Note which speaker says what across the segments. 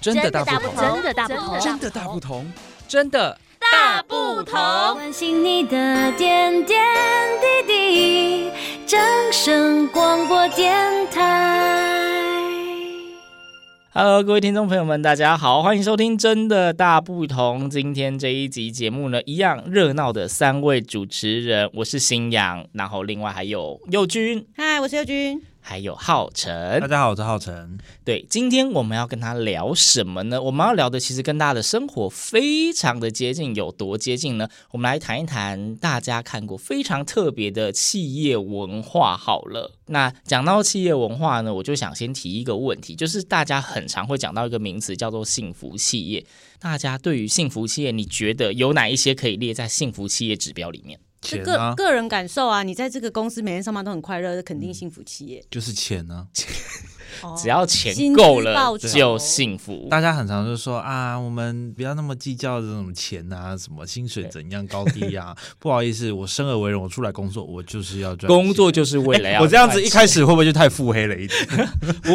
Speaker 1: 真的大不
Speaker 2: 不
Speaker 1: 同，
Speaker 2: 同
Speaker 3: 真的大不同，
Speaker 1: 真的大不同，真的
Speaker 3: 大不同。
Speaker 2: 关心你的点点滴滴，掌声广播电台。
Speaker 4: Hello，各位听众朋友们，大家好，欢迎收听《真的大不同》。今天这一集节目呢，一样热闹的三位主持人，我是新阳，然后另外还有佑君，
Speaker 5: 嗨，我是佑君。
Speaker 4: 还有浩
Speaker 6: 哎大
Speaker 4: 辰。
Speaker 6: 家好，我是浩辰。
Speaker 4: 对，今天我们要跟他聊什么呢？我们要聊的其实跟大家的生活非常的接近，有多接近呢？我们来谈一谈大家看过非常特别的企业文化好了。那讲到企业文化呢，我就想先提一个问题，就是大家很常会讲到一个名词叫做幸福企业。大家对于幸福企业，你觉得有哪一些可以列在幸福企业指标里面？
Speaker 5: 这
Speaker 6: 钱
Speaker 5: 个、
Speaker 6: 啊，
Speaker 5: 个人感受啊，你在这个公司每天上班都很快乐，肯定幸福企业。哦
Speaker 6: 就是钱啊。
Speaker 4: 只要钱
Speaker 5: 薪资
Speaker 4: 够了
Speaker 5: 报
Speaker 4: 就
Speaker 5: 酬
Speaker 4: 幸福。
Speaker 6: 大家很常就说啊，我们不要那么计较这种钱啊，什么薪水怎样高低啊。不好意思，我生而为人，我出来工作，我就是要赚钱
Speaker 4: 工作。就是为了要
Speaker 6: 我这样子
Speaker 4: 赚
Speaker 6: 一
Speaker 4: 钱
Speaker 6: 开始会不会就太腹黑了一点？
Speaker 4: 不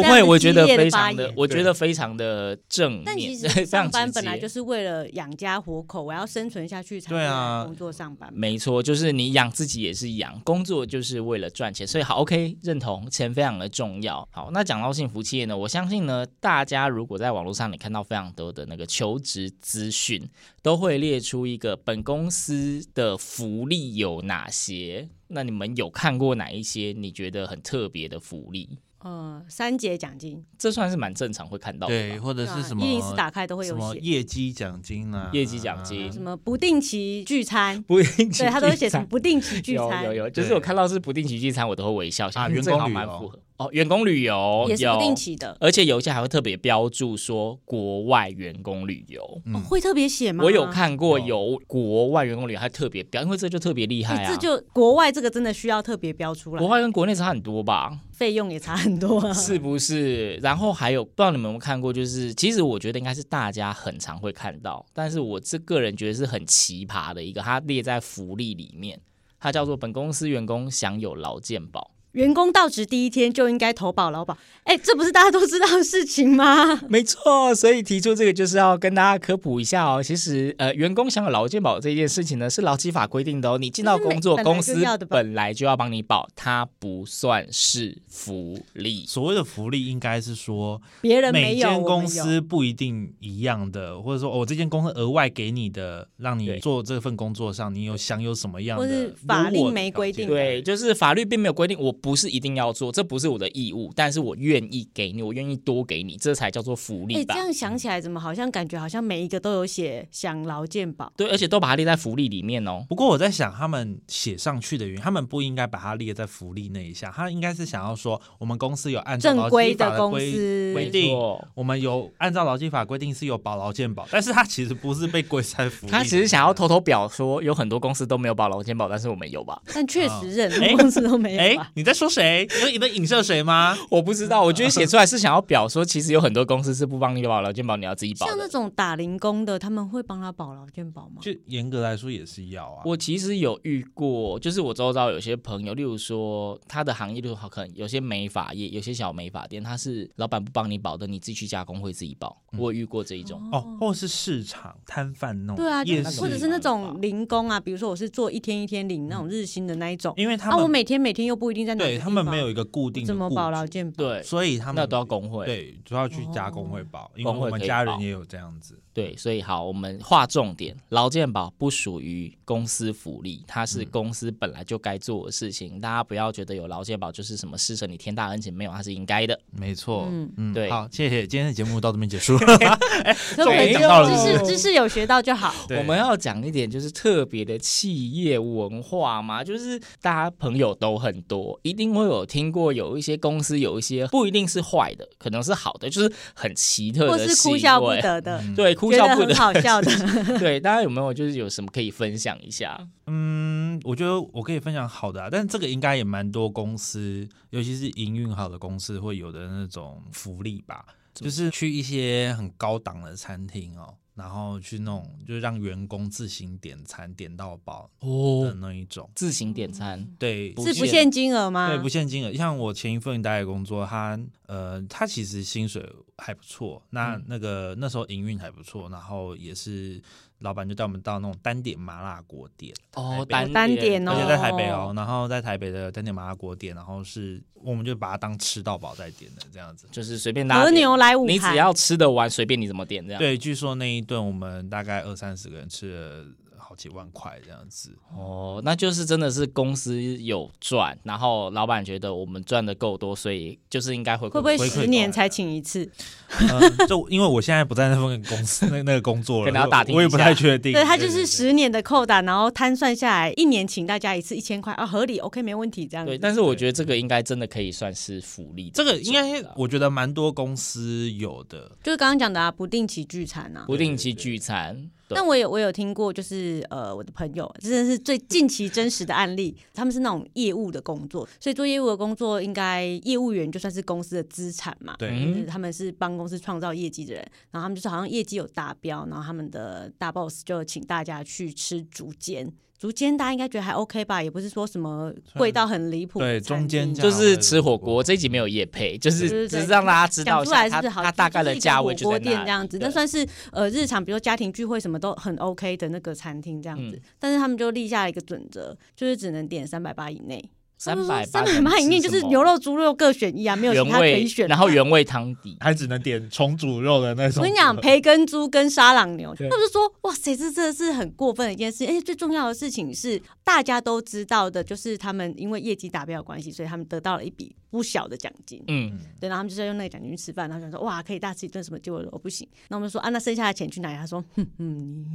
Speaker 5: 这样
Speaker 4: 会，
Speaker 5: 子
Speaker 4: 我觉得
Speaker 5: 激烈的
Speaker 4: 非常
Speaker 5: 发
Speaker 4: 的
Speaker 5: 言，
Speaker 4: 我觉得非常的正面。
Speaker 5: 但其
Speaker 4: 这
Speaker 5: 实
Speaker 4: 样
Speaker 5: 上班
Speaker 4: 直接
Speaker 5: 本来就是为了养家活口，我要生存下去才会
Speaker 6: 对啊
Speaker 5: 来工作上班。
Speaker 4: 没错，就是你养自己也是养，工作就是为了赚钱，所以好 OK，认同钱非常的重要。好，那讲到幸福企业呢，我相信呢，大家如果在网络上你看到非常多的那个求职资讯，都会列出一个本公司的福利有哪些。那你们有看过哪一些你觉得很特别的福利？
Speaker 5: 呃，三节奖金，
Speaker 4: 这算是蛮正常会看到的
Speaker 6: 对，
Speaker 4: 吧。
Speaker 6: 或者是什么
Speaker 5: 啊一零四打开都会
Speaker 6: 什
Speaker 5: 有
Speaker 6: 么
Speaker 5: 写，
Speaker 6: 业绩奖金啊，
Speaker 4: 业绩奖金
Speaker 5: 还有什么不定期聚餐，
Speaker 4: 不定期
Speaker 5: 对他都会
Speaker 4: 聚
Speaker 5: 写什
Speaker 4: 餐
Speaker 5: 么不定期聚餐，
Speaker 4: 有有有，就是
Speaker 6: 对
Speaker 4: 我看到是不定期聚餐，我都会微笑。想
Speaker 6: 啊
Speaker 4: 嗯
Speaker 6: 员
Speaker 4: 这个
Speaker 6: 工
Speaker 4: 好
Speaker 6: 旅
Speaker 4: 像蛮
Speaker 6: 游
Speaker 4: 符合哦，员工旅游
Speaker 5: 也是不定
Speaker 4: 有，
Speaker 5: 期的，哦
Speaker 4: 而且有一些还会特别标注说国外员工旅游。
Speaker 6: 嗯
Speaker 5: 哦会特别写吗？
Speaker 4: 我有看过有国外员工旅游，还特别标，因为这就特别厉害
Speaker 5: 哎，
Speaker 4: 啊
Speaker 5: 这。就国外这个真的需要特别标出
Speaker 4: 国
Speaker 5: 来，
Speaker 4: 外跟国内差很多吧？
Speaker 5: 费用也差很多啊。
Speaker 4: 是不是？然后还有，不知道你们有没有看过，就是其实我觉得应该是大家很常会看到，但是我这个人觉得是很奇葩的一个，它列在福利里面，它叫做本公司员工享有劳健保。
Speaker 5: 员工到职第一天就应该投保劳保，哎，这不是大家都知道的事情吗？
Speaker 4: 没错，所以提出这个就是要跟大家科普一下哦。其实，呃，员工享有劳健保这件事情呢，是劳基法规定的哦。你进到工作，
Speaker 5: 就是每本来就
Speaker 4: 公司
Speaker 5: 要的吧
Speaker 4: 本来就要帮你保，它不算是福利。
Speaker 6: 所谓的福利应该是说，
Speaker 5: 别人
Speaker 6: 每
Speaker 5: 没有，
Speaker 6: 间
Speaker 5: 哎我们
Speaker 6: 公
Speaker 5: 有
Speaker 6: 司不一定一样的，或者说，我、这间公司额外给你的，让
Speaker 4: 对
Speaker 6: 你做这份工作上，你有享有什么样的
Speaker 5: 或是
Speaker 6: 如
Speaker 5: 法
Speaker 6: 果
Speaker 5: 令
Speaker 6: 的
Speaker 5: 没
Speaker 6: 条
Speaker 5: 规
Speaker 6: 件
Speaker 5: 定
Speaker 4: 对，就是法律并没有规定，我不是一定要做，这不是我的义务，但是我愿意给你，我愿意多给你，这才叫做福
Speaker 5: 哎、
Speaker 4: 利吧
Speaker 5: 这。样想起来，怎么好像感觉好像每一个都有写享劳健保？
Speaker 4: 对，而且都把它列在福利里面哦。
Speaker 6: 不过我在想，他们写上去的原因，他们不应该把它列在福利那一项，他应该是想要说，我们公司有按照
Speaker 5: 正
Speaker 6: 劳
Speaker 5: 规
Speaker 6: 基法
Speaker 5: 的
Speaker 6: 的
Speaker 5: 公
Speaker 6: 规
Speaker 5: 司
Speaker 6: 规
Speaker 4: 没
Speaker 6: 定
Speaker 4: 错，
Speaker 6: 我们有按照劳基法规定是有保劳健保，但是他其实不是被归在福利里面的，
Speaker 4: 他其实想要偷偷表说，有很多公司都没有保劳健保，但是我们有吧？
Speaker 5: 但确实任何
Speaker 6: 哎
Speaker 5: 公司都没
Speaker 6: 哎
Speaker 5: 有吧？，啊
Speaker 6: 你在说谁？你在你在影射谁吗？
Speaker 4: 我不知道，我觉得写出来是想要表说，其实有很多公司是不帮你保劳健保，你要自己保
Speaker 5: 像那
Speaker 4: 的。
Speaker 5: 种打零工的，他们会帮他保劳健保吗？
Speaker 6: 就严格来说也是要啊。
Speaker 4: 我其实有遇过，就是我周遭有些朋友，例如说他的行业，例如好可能有些美发业，有些小美发店，他是老板不帮你保的，你自己去加工会自己保。我有遇过这一种，
Speaker 6: 哦，或者是市场摊贩那种，
Speaker 5: 对啊，就
Speaker 6: 夜
Speaker 5: 是
Speaker 6: 市
Speaker 5: 或者是那种零工啊，比如说我是做一天一天领那种日薪的那一种，
Speaker 6: 因为他
Speaker 5: 啊，
Speaker 6: 们、
Speaker 5: 我每天每天又不一定在哪个
Speaker 6: 对
Speaker 5: 地
Speaker 6: 他们
Speaker 5: 方
Speaker 6: 没有一个固定的
Speaker 5: 怎么
Speaker 6: 雇
Speaker 5: 保
Speaker 6: 主
Speaker 5: 劳健保？
Speaker 4: 对
Speaker 6: 所以他们
Speaker 4: 那都要工会。哦
Speaker 6: 对，主要去加工会保，因为
Speaker 4: 工会
Speaker 6: 我们
Speaker 4: 可以
Speaker 6: 家人
Speaker 4: 保
Speaker 6: 也有这样子。
Speaker 4: 对，所以好，我们划重点，劳健保不属于公司福利，它是公司本来就该做的事情。大家不要觉得有劳健保就是什么施舍你天大恩情，没有，它是应该的。
Speaker 6: 没错，
Speaker 5: 嗯
Speaker 6: 嗯
Speaker 4: 对
Speaker 6: 好，谢谢，今天的节目到这边结 束。
Speaker 5: 可不可以
Speaker 4: 没有
Speaker 5: 知识知识有学到就好。
Speaker 6: 对
Speaker 4: 我们要讲一点就是特别的企业文化嘛，就是大家朋友都很多，一定会有听过有一些公司有一些不一定是坏的，可能是好的，就是很奇特
Speaker 5: 或
Speaker 4: 的
Speaker 5: 是
Speaker 4: 行
Speaker 5: 哭
Speaker 4: 为。
Speaker 5: 笑不得的，
Speaker 4: 对，哭
Speaker 5: 觉
Speaker 4: 笑
Speaker 5: 得
Speaker 4: 不得
Speaker 5: 很， 好笑的，
Speaker 4: 对，大家有没有就是有什么可以分享一下？
Speaker 6: 嗯，我觉得我可以分享好的、啊，但这个应该也蛮多公司，尤其是营运好的公司会有的那种福利吧，就是去一些很高档的餐厅哦，然后去弄，就让员工自行点餐点到饱的
Speaker 4: 哦，
Speaker 6: 那一种。
Speaker 4: 自行点餐，
Speaker 6: 对，
Speaker 4: 不
Speaker 5: 是不
Speaker 4: 限
Speaker 5: 限金额吗？
Speaker 6: 对，不限金额。像我前一份待的工作，他呃，他其实薪水还不错，那
Speaker 4: 嗯
Speaker 6: 那个那时候营运还不错，然后也是老板就带我们到那种单点麻辣锅店，
Speaker 4: 哦，
Speaker 6: 台
Speaker 4: 单
Speaker 6: 北
Speaker 5: 单点
Speaker 6: 而
Speaker 5: 哦
Speaker 6: 且在台北哦，然后在台北的单点麻辣锅店，然后是我们就把它当吃到饱在点的这样子。
Speaker 4: 就是随便大家
Speaker 5: 和
Speaker 4: 点
Speaker 5: 牛来五
Speaker 4: 你只
Speaker 5: 盘，
Speaker 4: 要吃得完，随便你怎么点这样。，
Speaker 6: 对，据说那一顿我们大概二三十个人吃了好几万块这样子。
Speaker 4: 哦，那就是真的是公司有赚，然后老板觉得我们赚的够多，所以就是应该回馈。
Speaker 5: 会不会
Speaker 6: 回馈
Speaker 5: 十
Speaker 6: 过
Speaker 5: 年
Speaker 6: 来
Speaker 5: 才请一次？
Speaker 6: 嗯，就因为我现在不在那份公司那那个工作了，
Speaker 4: 可能要打听
Speaker 6: 我也
Speaker 4: 一
Speaker 6: 不
Speaker 4: 下
Speaker 6: 太确定。
Speaker 5: 对，他就是
Speaker 6: 对
Speaker 5: 十年的扣打，然后摊算下来，一年请大家一次一千块啊，合理，OK，没问题，这样子。
Speaker 4: 对，但是我觉得这个应该真的可以算是福利的
Speaker 6: 这
Speaker 4: 一种
Speaker 6: 个
Speaker 4: 啦。
Speaker 6: 应该我觉得蛮多公司有的，
Speaker 5: 就是刚刚讲的啊，不定期聚餐啊。
Speaker 4: 不定期聚餐。对
Speaker 5: 但我有我有听过，就是呃，我的朋友真的是最近期真实的案例，他们是那种业务的工作，所以做业务的工作，应该业务员就算是公司的资产嘛。
Speaker 6: 对
Speaker 5: 就
Speaker 4: 嗯
Speaker 5: 是他们是帮公司创造业绩的人，然后他们就是好像业绩有达标，然后他们的大 boss 就请大家去吃竹煎。竹煎大家应该觉得还 OK 吧，也不是说什么贵到很离谱的
Speaker 6: 对中
Speaker 5: 餐厅。
Speaker 6: 间价
Speaker 4: 就是吃火锅，这一集没有夜配，就
Speaker 5: 对对
Speaker 4: 是
Speaker 5: 对
Speaker 4: 只是让大家知
Speaker 5: 讲
Speaker 4: 道一
Speaker 5: 出
Speaker 4: 下
Speaker 5: 来是
Speaker 4: 它
Speaker 5: 不是好？
Speaker 4: 它大概的价位
Speaker 5: 就是一
Speaker 4: 就
Speaker 5: 个火锅
Speaker 4: 在
Speaker 5: 店
Speaker 4: 那
Speaker 5: 这样子，
Speaker 4: 对
Speaker 5: 那算是呃日常，比如说家庭聚会什么都很 OK 的那个餐厅这样
Speaker 4: 嗯
Speaker 5: 子。但是他们就立下了一个准则，就是只能点三百八以内。
Speaker 4: 三百
Speaker 5: 三百八以内就是牛肉、猪肉各选一啊，没有其
Speaker 4: 原
Speaker 5: 他可以
Speaker 4: 味
Speaker 5: 选，啊。
Speaker 4: 然后原味汤底。
Speaker 6: 还只能点重煮肉的那种
Speaker 5: 我跟你讲，培根猪跟沙朗牛，
Speaker 6: 对
Speaker 5: 那我就说，哇塞，这真的是很过分的一件事。而且最重要的事情是，大家都知道的，就是他们因为业绩达标的关系，所以他们得到了一笔不小的奖金。
Speaker 4: 嗯，
Speaker 5: 对，然后他们就是要用那个奖金去吃饭，然后想说哇，可以大吃一顿什么，结果我不行。那我们说啊，那剩下的钱去哪里？他说，哼嗯，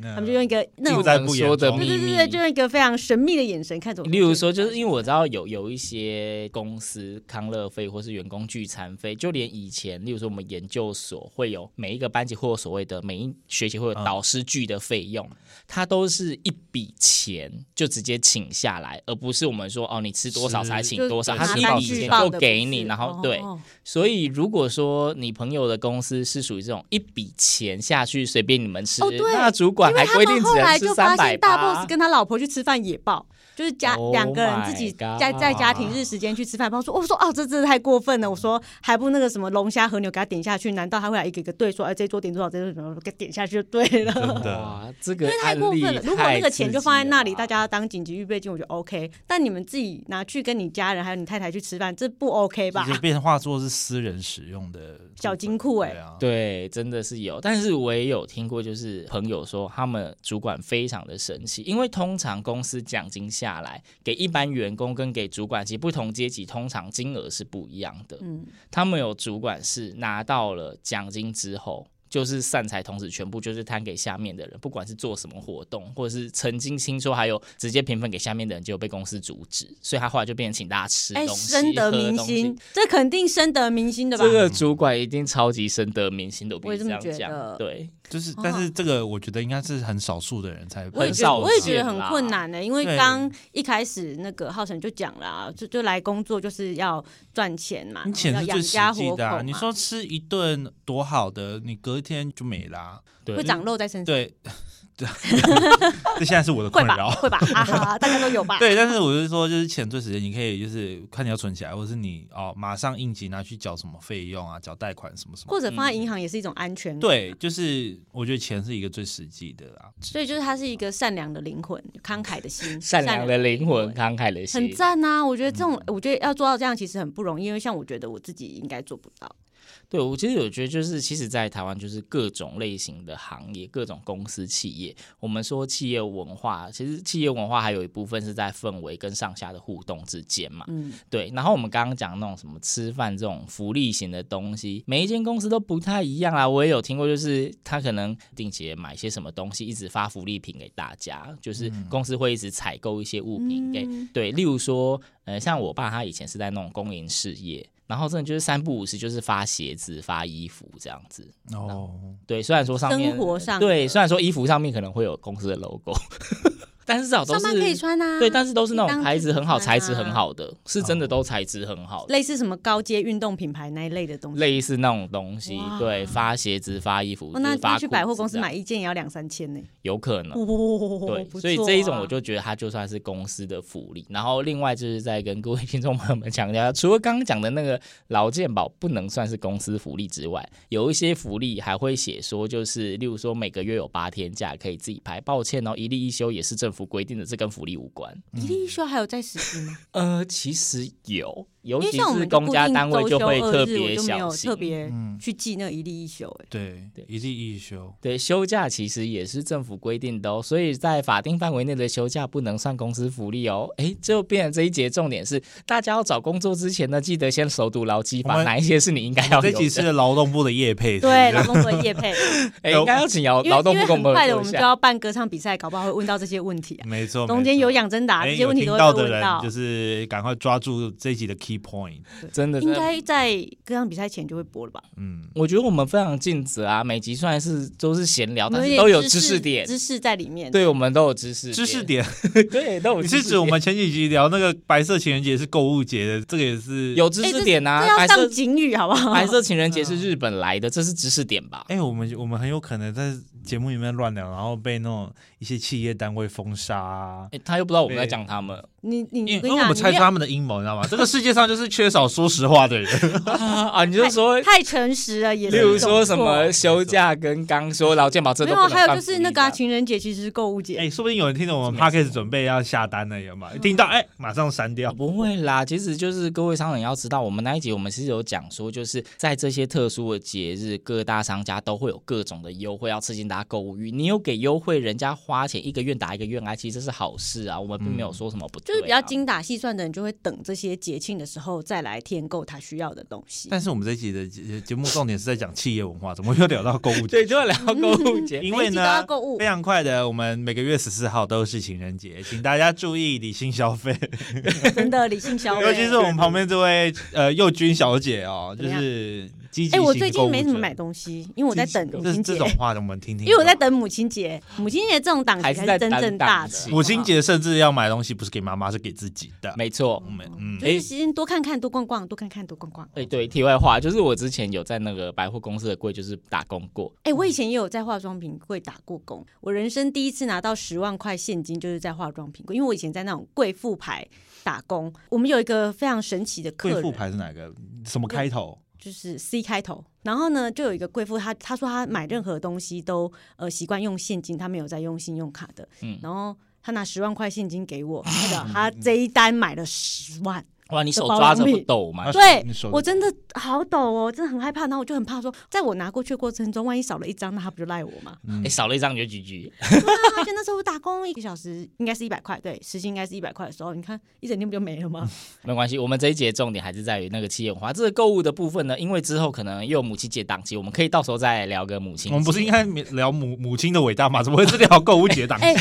Speaker 6: 那
Speaker 5: 他们就用一个那
Speaker 6: 不
Speaker 5: 种
Speaker 6: 在
Speaker 4: 不能
Speaker 6: 不
Speaker 4: 说
Speaker 6: 言
Speaker 4: 的
Speaker 6: 中
Speaker 5: 对
Speaker 4: 秘
Speaker 5: 对
Speaker 4: 密
Speaker 5: 对对，就用一个非常神秘的眼神看着我。
Speaker 4: 例如说，就是因为我知道有有一些公司康乐费或是员工聚餐费，就连以前，例如说我们研究所会有每一个班级会有所谓的每一学期会有
Speaker 6: 嗯
Speaker 4: 导师聚的费用，它都是一笔钱就直接请下来，而不是我们说哦你吃多少才
Speaker 6: 是
Speaker 4: 请
Speaker 5: 啊就
Speaker 4: 多少，
Speaker 6: 对
Speaker 4: 它是一
Speaker 6: 拿单
Speaker 4: 笔
Speaker 6: 据
Speaker 4: 钱
Speaker 5: 报
Speaker 4: 就
Speaker 5: 的
Speaker 4: 给
Speaker 5: 不
Speaker 4: 你，
Speaker 5: 是
Speaker 4: 然后
Speaker 5: 哦
Speaker 4: 对，
Speaker 5: 哦
Speaker 4: 所以如果说你朋友的公司是属于这种一笔钱下去随便你们吃，
Speaker 5: 哦对
Speaker 4: 那主管
Speaker 5: 因为
Speaker 4: 还
Speaker 5: 他
Speaker 4: 规定
Speaker 5: 们
Speaker 4: 只
Speaker 5: 后来
Speaker 4: 能吃
Speaker 5: 就
Speaker 4: 三
Speaker 5: 发
Speaker 4: 百
Speaker 5: 现大 boss
Speaker 4: 八。
Speaker 5: 跟他老婆去吃饭也爆，就是家
Speaker 4: Oh
Speaker 5: 两个人自己
Speaker 4: my
Speaker 5: 在
Speaker 4: God
Speaker 5: 在家庭日时间去吃饭。我说，我说哦，这真的太过分了。我说还不那个什么龙虾和牛给他点下去，难道他会来一个一个对说，哎，这桌点多少，这桌点多少，给他点下去就对了。
Speaker 6: 真的，
Speaker 4: 哇，这
Speaker 5: 因
Speaker 4: 个
Speaker 5: 为太
Speaker 4: 案
Speaker 5: 过
Speaker 4: 例
Speaker 5: 分了，如果那
Speaker 4: 太
Speaker 5: 个
Speaker 4: 刺
Speaker 5: 钱就
Speaker 4: 激
Speaker 5: 放在
Speaker 4: 了
Speaker 5: 那里，
Speaker 4: 吧
Speaker 5: 大家当紧急预备金，我觉得 OK。但你们自己拿去跟你家人还有你太太去吃饭，这不 OK 吧
Speaker 6: 就？是变化作是私人使用的
Speaker 5: 小金库哎
Speaker 6: 对啊，
Speaker 4: 对，真的是有，但是我也有听过，就是朋友说他们主管非常的神奇，因为通常公司奖金下来给一般员工跟给主管及不同阶级，通常金额是不一样的。
Speaker 5: 嗯，
Speaker 4: 他们有主管是拿到了奖金之后，就是散财童子全部就是摊给下面的人，不管是做什么活动，或者是曾经听说还有直接平分给下面的人，就被公司阻止，所以他后来就变成请大家吃
Speaker 5: 哎，
Speaker 4: 东西、
Speaker 5: 深得
Speaker 4: 喝
Speaker 5: 民
Speaker 4: 东西
Speaker 5: 心。，这肯定深得民心的吧
Speaker 4: 这？个主管一定超级深得民心的，我
Speaker 5: 我
Speaker 4: 必
Speaker 5: 也
Speaker 4: 须
Speaker 5: 这么
Speaker 4: 样
Speaker 5: 觉
Speaker 4: 讲。
Speaker 5: 得
Speaker 4: 对，
Speaker 6: 就是但是这个我觉得应该是很少数的人才
Speaker 5: 哦我也
Speaker 4: 很
Speaker 5: 觉得，
Speaker 4: 少
Speaker 5: 我也觉
Speaker 4: 见
Speaker 5: 得很
Speaker 4: 啦
Speaker 5: 困难呢、欸因为
Speaker 6: 对
Speaker 5: 刚一开始那个浩辰就讲了、啊，就就来工作就是要赚钱嘛，
Speaker 6: 你钱
Speaker 5: 要
Speaker 6: 是
Speaker 5: 啊养
Speaker 6: 最实
Speaker 5: 家活
Speaker 6: 际
Speaker 5: 口
Speaker 6: 的啊！
Speaker 5: 嘛，
Speaker 6: 你说吃一顿多好的，你隔一天就没啦。
Speaker 4: 对
Speaker 5: 会长肉在身上，
Speaker 6: 对， 对，这现在是我的
Speaker 5: 会
Speaker 6: 困
Speaker 5: 吧？
Speaker 6: 扰。
Speaker 5: 会吧？啊哈，大家都 有 吧？
Speaker 6: 对，但是我是说，就是钱最时间，你可以就是看你要存起来，或者是你哦马上应急拿去缴什么费用啊，缴贷款什么什么。
Speaker 5: 或者放
Speaker 4: 嗯
Speaker 5: 在银行也是一种安全感。
Speaker 6: 对，就是我觉得钱是一个最实际的啦。
Speaker 5: 所以就是他是一个善良的灵魂，慷慨的心，
Speaker 4: 善良的灵魂，慷慨的心嗯
Speaker 5: 很。赞啊！我觉得这种，我觉得要做到这样其实很不容易，因为像我觉得我自己应该做不到。
Speaker 4: 对我其实有觉得，就是其实，在台湾就是各种类型的行业、各种公司、企业，我们说企业文化，其实企业文化还有一部分是在氛围跟上下的互动之间嘛。
Speaker 5: 嗯，
Speaker 4: 对，然后我们刚刚讲那种什么吃饭这种福利型的东西，每一间公司都不太一样啦。我也有听过，就是他可能定期买些什么东西，一直发福利品给大家，就是
Speaker 5: 嗯
Speaker 4: 公司会一直采购一些物品给、对，例如说，呃，像我爸他以前是在那种公营事业。然后真的就是三不五时，就是发鞋子、发衣服这样子。
Speaker 6: 哦，
Speaker 4: 对，虽然说上面
Speaker 5: 生活上
Speaker 4: 对，
Speaker 5: 的
Speaker 4: 虽然说衣服上面可能会有公司的 logo， 但是至少都
Speaker 5: 上
Speaker 4: 是
Speaker 5: 班可以穿啊，
Speaker 4: 对，但是都是那
Speaker 5: 当
Speaker 4: 种
Speaker 5: 天
Speaker 4: 牌子很
Speaker 5: 穿
Speaker 4: 好、
Speaker 5: 啊哦
Speaker 4: 材质很好的，是真的都材质很好的，
Speaker 5: 类似什么高阶运动品牌那一类的东西。
Speaker 4: 类似那种东西
Speaker 5: 哇。
Speaker 4: 对，发鞋子、发衣服
Speaker 5: 哦，那
Speaker 4: 就是发
Speaker 5: 那去
Speaker 4: 裤
Speaker 5: 百货
Speaker 4: 子
Speaker 5: 公司
Speaker 4: 这样
Speaker 5: 买一件也要两三千呢。
Speaker 4: 有可能。
Speaker 5: 哦，
Speaker 4: 对，
Speaker 5: 不
Speaker 4: 所以
Speaker 5: 错
Speaker 4: 这一种
Speaker 5: 啊
Speaker 4: 我就觉得它就算是公司的福利。然后另外就是在跟各位 听众朋友们强调，除了刚刚讲的那个劳健保不能算是公司福利之外，有一些福利还会写说，就是例如说每个月有八天假可以自己排。抱歉哦，一例一休也是政府规定的，这跟福利无关。
Speaker 5: 一例一休还有在实施吗？
Speaker 4: 呃，其实有，尤
Speaker 5: 因为
Speaker 4: 其
Speaker 5: 像我
Speaker 4: 是
Speaker 5: 们就
Speaker 4: 公
Speaker 5: 固
Speaker 4: 家
Speaker 5: 定
Speaker 4: 单位
Speaker 5: 周
Speaker 4: 就
Speaker 5: 休
Speaker 4: 会
Speaker 5: 二日
Speaker 4: 特
Speaker 5: 我
Speaker 4: 别
Speaker 5: 就没
Speaker 4: 小
Speaker 5: 有特
Speaker 4: 心。
Speaker 5: 别
Speaker 6: 嗯
Speaker 5: 去记那一例一休， 哎，
Speaker 6: 对，一例一 休。
Speaker 4: 对，休假其实也是政府规定的哦，所以在法定范围内的休假不能算公司福利哦。诶，就变成这一节重点是，大家要找工作之前呢，记得先熟读劳基
Speaker 6: 我
Speaker 4: 法，
Speaker 6: 们
Speaker 4: 哪一些是你应该要
Speaker 6: 这
Speaker 4: 有
Speaker 6: 几次
Speaker 4: 的？
Speaker 6: 的劳动部的业配，
Speaker 5: 对，劳动部的业配，
Speaker 4: 诶，应该要请劳
Speaker 5: 因为
Speaker 4: 劳动部
Speaker 5: 因为
Speaker 4: 跟
Speaker 5: 很
Speaker 4: 我们
Speaker 5: 快的，
Speaker 4: 合
Speaker 5: 我们
Speaker 4: 作一
Speaker 5: 就
Speaker 4: 下。
Speaker 5: 要办歌唱比赛，搞不好会问到这些问题啊。
Speaker 6: 没错，
Speaker 5: 中间有
Speaker 6: 养
Speaker 5: 养真打这些问题
Speaker 6: 听
Speaker 5: 都会
Speaker 6: 到
Speaker 5: 被
Speaker 6: 的
Speaker 5: 问
Speaker 6: 人
Speaker 5: 到
Speaker 6: 就，是赶快抓住这一集的 key point。
Speaker 4: 真的，
Speaker 5: 应
Speaker 4: 真的
Speaker 5: 该在歌唱比赛前就会播了吧？
Speaker 6: 嗯，
Speaker 4: 我觉得我们非常尽责啊，每集虽然是都是闲聊，
Speaker 5: 我
Speaker 4: 哦但
Speaker 5: 们
Speaker 4: 是
Speaker 5: 点
Speaker 4: 都有
Speaker 5: 知
Speaker 4: 知识点。
Speaker 5: 知识在里面。
Speaker 4: 对，我们都有知识，
Speaker 6: 知识，点，
Speaker 4: 对，都 有
Speaker 6: 你
Speaker 4: 知识点。
Speaker 6: 是指我们前几集聊那个白色情人节是购物节的，这个也是
Speaker 4: 有知
Speaker 5: 哎
Speaker 4: 识
Speaker 5: 这
Speaker 4: 点
Speaker 5: 这
Speaker 4: 啊？
Speaker 5: 要
Speaker 4: 白
Speaker 5: 上哦
Speaker 4: 色
Speaker 5: 警语好不好？
Speaker 4: 白色情人节是日本来的，这是知识点吧？
Speaker 6: 哎、我们我们很有可能在节目里面乱聊，然后被那种一些企业单位封杀、啊。
Speaker 4: 诶，他又不知道我们在讲他们。
Speaker 5: 你你
Speaker 6: 因为
Speaker 5: 我跟
Speaker 6: 因为我
Speaker 5: 你讲，
Speaker 6: 们猜
Speaker 5: 你
Speaker 6: 出他们的阴谋，你知道吗？这个世界上就是缺少说实话的人。
Speaker 4: 啊啊！你就说，
Speaker 5: 太诚实了，也
Speaker 4: 例
Speaker 5: 是
Speaker 4: 如
Speaker 5: 一种
Speaker 4: 说什
Speaker 5: 错
Speaker 4: 么休假跟刚说劳健保这
Speaker 5: 没
Speaker 4: 都
Speaker 5: 有
Speaker 4: 不
Speaker 5: 啊，
Speaker 4: 能
Speaker 5: 还有
Speaker 4: 算
Speaker 5: 就
Speaker 4: 福
Speaker 5: 是
Speaker 4: 利
Speaker 5: 那个啊、
Speaker 4: 吧
Speaker 5: 情人节其实是购物节，
Speaker 6: 哎、说不定有人听着我们 podcast 准备要下单了，有吗？听到哎、马上删掉。
Speaker 4: 不会啦，其实就是各位商人要知道，我们那一集我们是有讲说，就是在这些特殊的节日，各大商家都会有各种的优惠，要刺激大家购物欲。你有给优惠，人家花钱一个愿打一个愿挨，其实这是好事啊。我们并没有说什么不对、
Speaker 5: 就
Speaker 4: 啊
Speaker 5: 是比较精打细算的人就会等这些节庆的时候再来添购他需要的东 西。
Speaker 6: 但是我们这一集的节节目重点是在讲企业文化，怎么又聊到 购物节
Speaker 4: 对，？就要聊购物节。
Speaker 6: 因为
Speaker 5: 每一集都要
Speaker 6: 呢
Speaker 5: 购物，
Speaker 6: 非常快的，我们每个月十四号都是情人节，请大家注意理性消 费。
Speaker 5: 真的理性消费，
Speaker 6: 尤其是我们旁边这位呃佑君小姐哦，
Speaker 5: 怎
Speaker 6: 就
Speaker 5: 么样
Speaker 6: 是积极
Speaker 5: 哎、
Speaker 6: 型
Speaker 5: 我最近没
Speaker 6: 购
Speaker 5: 怎么
Speaker 6: 物者
Speaker 5: 买东西，因为我在等母
Speaker 6: 这
Speaker 5: 亲节
Speaker 6: 这，种话我们听听就好，
Speaker 5: 因为我在等母亲节，母亲节这种档
Speaker 4: 还
Speaker 5: 期才
Speaker 4: 是在
Speaker 5: 是真
Speaker 4: 等
Speaker 5: 正
Speaker 4: 档
Speaker 5: 大的
Speaker 4: 期。
Speaker 6: 母亲节，甚至要买东西不是给妈妈，是给自己的。
Speaker 4: 没错，
Speaker 6: 我们嗯
Speaker 5: 就，是先多看看，多逛逛，多看看，多逛逛。
Speaker 4: 哎，对，题外话，就是我之前有在那个百货公司的柜就是打工过，
Speaker 5: 哎、我以前也有在化妆品柜打过工，我人生第一次拿到十万块现金就是在化妆品柜，因为我以前在那种贵妇牌打工。我们有一个非常神奇的客
Speaker 6: 贵
Speaker 5: 人，
Speaker 6: 妇牌是哪个？什么开头？
Speaker 5: 就是 C 开头。然后呢，就有一个贵妇，她她说她买任何东西都呃习惯用现金，她没有在用信用卡的。
Speaker 4: 嗯
Speaker 5: 然后她拿十万块现金 给我，那个她
Speaker 6: 嗯
Speaker 5: 这一单买了十万，
Speaker 4: 哇，你手
Speaker 5: 保
Speaker 4: 抓
Speaker 5: 养
Speaker 4: 着不
Speaker 5: 品
Speaker 4: 抖吗？
Speaker 5: 对
Speaker 6: 你手
Speaker 5: 我真的好抖哦，真的很害怕。然后我就很怕说，在我拿过去的过程中，万一少了一张，那她不就赖我吗？
Speaker 6: 嗯
Speaker 4: 哎，少了一张你就 GG。
Speaker 5: 啊，而且那时候我打工一个小时应该是一百块，对，时薪应该是一百块的时候，你看一整天不就没了吗？
Speaker 4: 没关系，我们这一节重点还是在于那个企业文化。这个购物的部分呢，因为之后可能又有母亲节档期，我们可以到时候再聊个母亲节。
Speaker 6: 我们不是应该聊母母亲的伟大吗？怎么会是聊购物节档期？
Speaker 5: 哎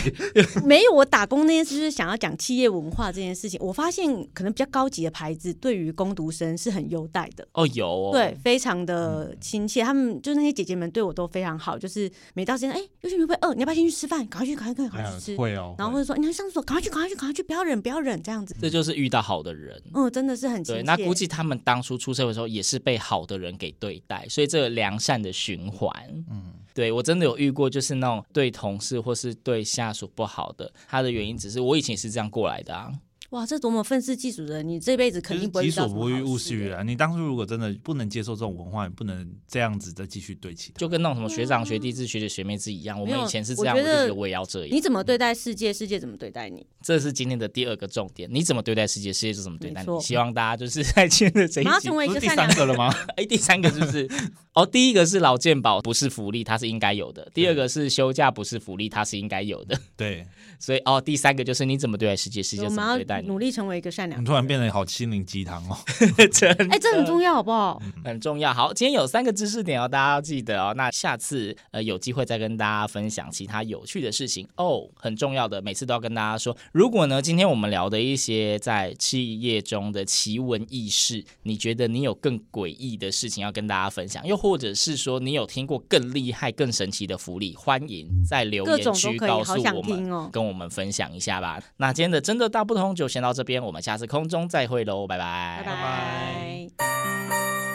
Speaker 5: 没有，我打工那件事就是想要讲企业文化这件事情。我发现可能比较高级的牌子对于工读生是很优待的，
Speaker 4: 哦，有哦，嗯
Speaker 5: 对，，非常的亲切。他们就是那些姐姐们对我都非常好，就是每到时间，哎、尤其你会不会饿？你要不要先去吃饭？赶快去，赶快去，
Speaker 4: 哎
Speaker 5: 赶快去吃。
Speaker 6: 会哦。
Speaker 5: 然后或
Speaker 6: 会
Speaker 5: 者说你要上厕所，赶快去，赶快去，赶快去，不要忍，不要忍，这样子。
Speaker 4: 这就是遇到好的人。
Speaker 5: 嗯，真的是很亲
Speaker 4: 对，
Speaker 5: 切。
Speaker 4: 那估计他们当初出社会的时候也是被好的人给对待，所以这个良善的循环。嗯，对我真的有遇过，就是那种对同事或是对下属不好的，他的原因只是我以前也是这样过来的啊。
Speaker 5: 哇，这多么愤世嫉俗的人！你这辈子肯
Speaker 6: 就是
Speaker 5: 定不会
Speaker 6: 己
Speaker 5: 遇
Speaker 6: 所
Speaker 5: 到什么
Speaker 6: 不欲，
Speaker 5: 好
Speaker 6: 勿施
Speaker 5: 事
Speaker 6: 于
Speaker 5: 的
Speaker 6: 人。你当初如果真的不能接受这种文化，你不能这样子再继续对其他。
Speaker 4: 就跟那种什么学长、学弟制、学姐、学妹制一样，我
Speaker 5: 嗯没
Speaker 4: 们
Speaker 5: 有
Speaker 4: 以前是
Speaker 5: 我
Speaker 4: 这样，
Speaker 5: 觉
Speaker 4: 我就觉
Speaker 5: 得
Speaker 4: 得我也要这
Speaker 5: 你
Speaker 4: 样。
Speaker 5: 怎么对待世界，世界怎么对待你？
Speaker 4: 这是今天的第二个重点，你怎么对待世界，世界就怎么对
Speaker 5: 没
Speaker 4: 待你。
Speaker 5: 错
Speaker 4: 希望大家就是在今天的这一
Speaker 5: 你要
Speaker 4: 集
Speaker 5: 成为一
Speaker 6: 不
Speaker 5: 个
Speaker 6: 是第
Speaker 5: 善
Speaker 6: 三
Speaker 5: 良的
Speaker 6: 个了 吗？
Speaker 4: 哎，第三个就是哦，第一个是劳健保不是福利，它是应该有的；第二个是休假不是福利，它是应该有的。
Speaker 6: 对，
Speaker 5: 啊
Speaker 4: 所以哦，第三个就是你怎么对待世界，世界
Speaker 5: 我
Speaker 4: 怎
Speaker 5: 们
Speaker 4: 么
Speaker 5: 要
Speaker 4: 对待善，
Speaker 5: 努力成为一个善
Speaker 6: 我
Speaker 5: 良
Speaker 6: 们
Speaker 5: 的
Speaker 6: 突然
Speaker 5: 人。
Speaker 6: 变得好心灵鸡汤哦。
Speaker 4: 真的
Speaker 5: 哎、这很重要，好不好？
Speaker 4: 很重要。好，今天有三个知识点哦，大家要记得哦。那下次呃有机会再跟大家分享其他有趣的事情哦，很重要的，每次都要跟大家说。如果呢，今天我们聊的一些在企业中的奇闻异事，你觉得你有更诡异的事情要跟大家分享，又或者是说你有听过更厉害、更神奇的福利，欢迎在留
Speaker 5: 各
Speaker 4: 言
Speaker 5: 种都
Speaker 4: 区
Speaker 5: 可以
Speaker 4: 告诉
Speaker 5: 好想哦
Speaker 4: 我们，
Speaker 5: 听哦
Speaker 4: 跟我们分享一下吧。那今天的真的大不同就先到这边，我们下次空中再会喽，拜拜，
Speaker 5: 拜拜。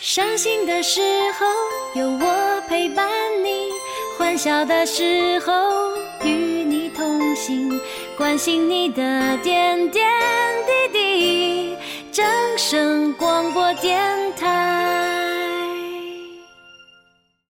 Speaker 2: 伤心的时候有我陪伴你，欢笑的时候与你同行，关心你的点点滴滴。掌声广播电台。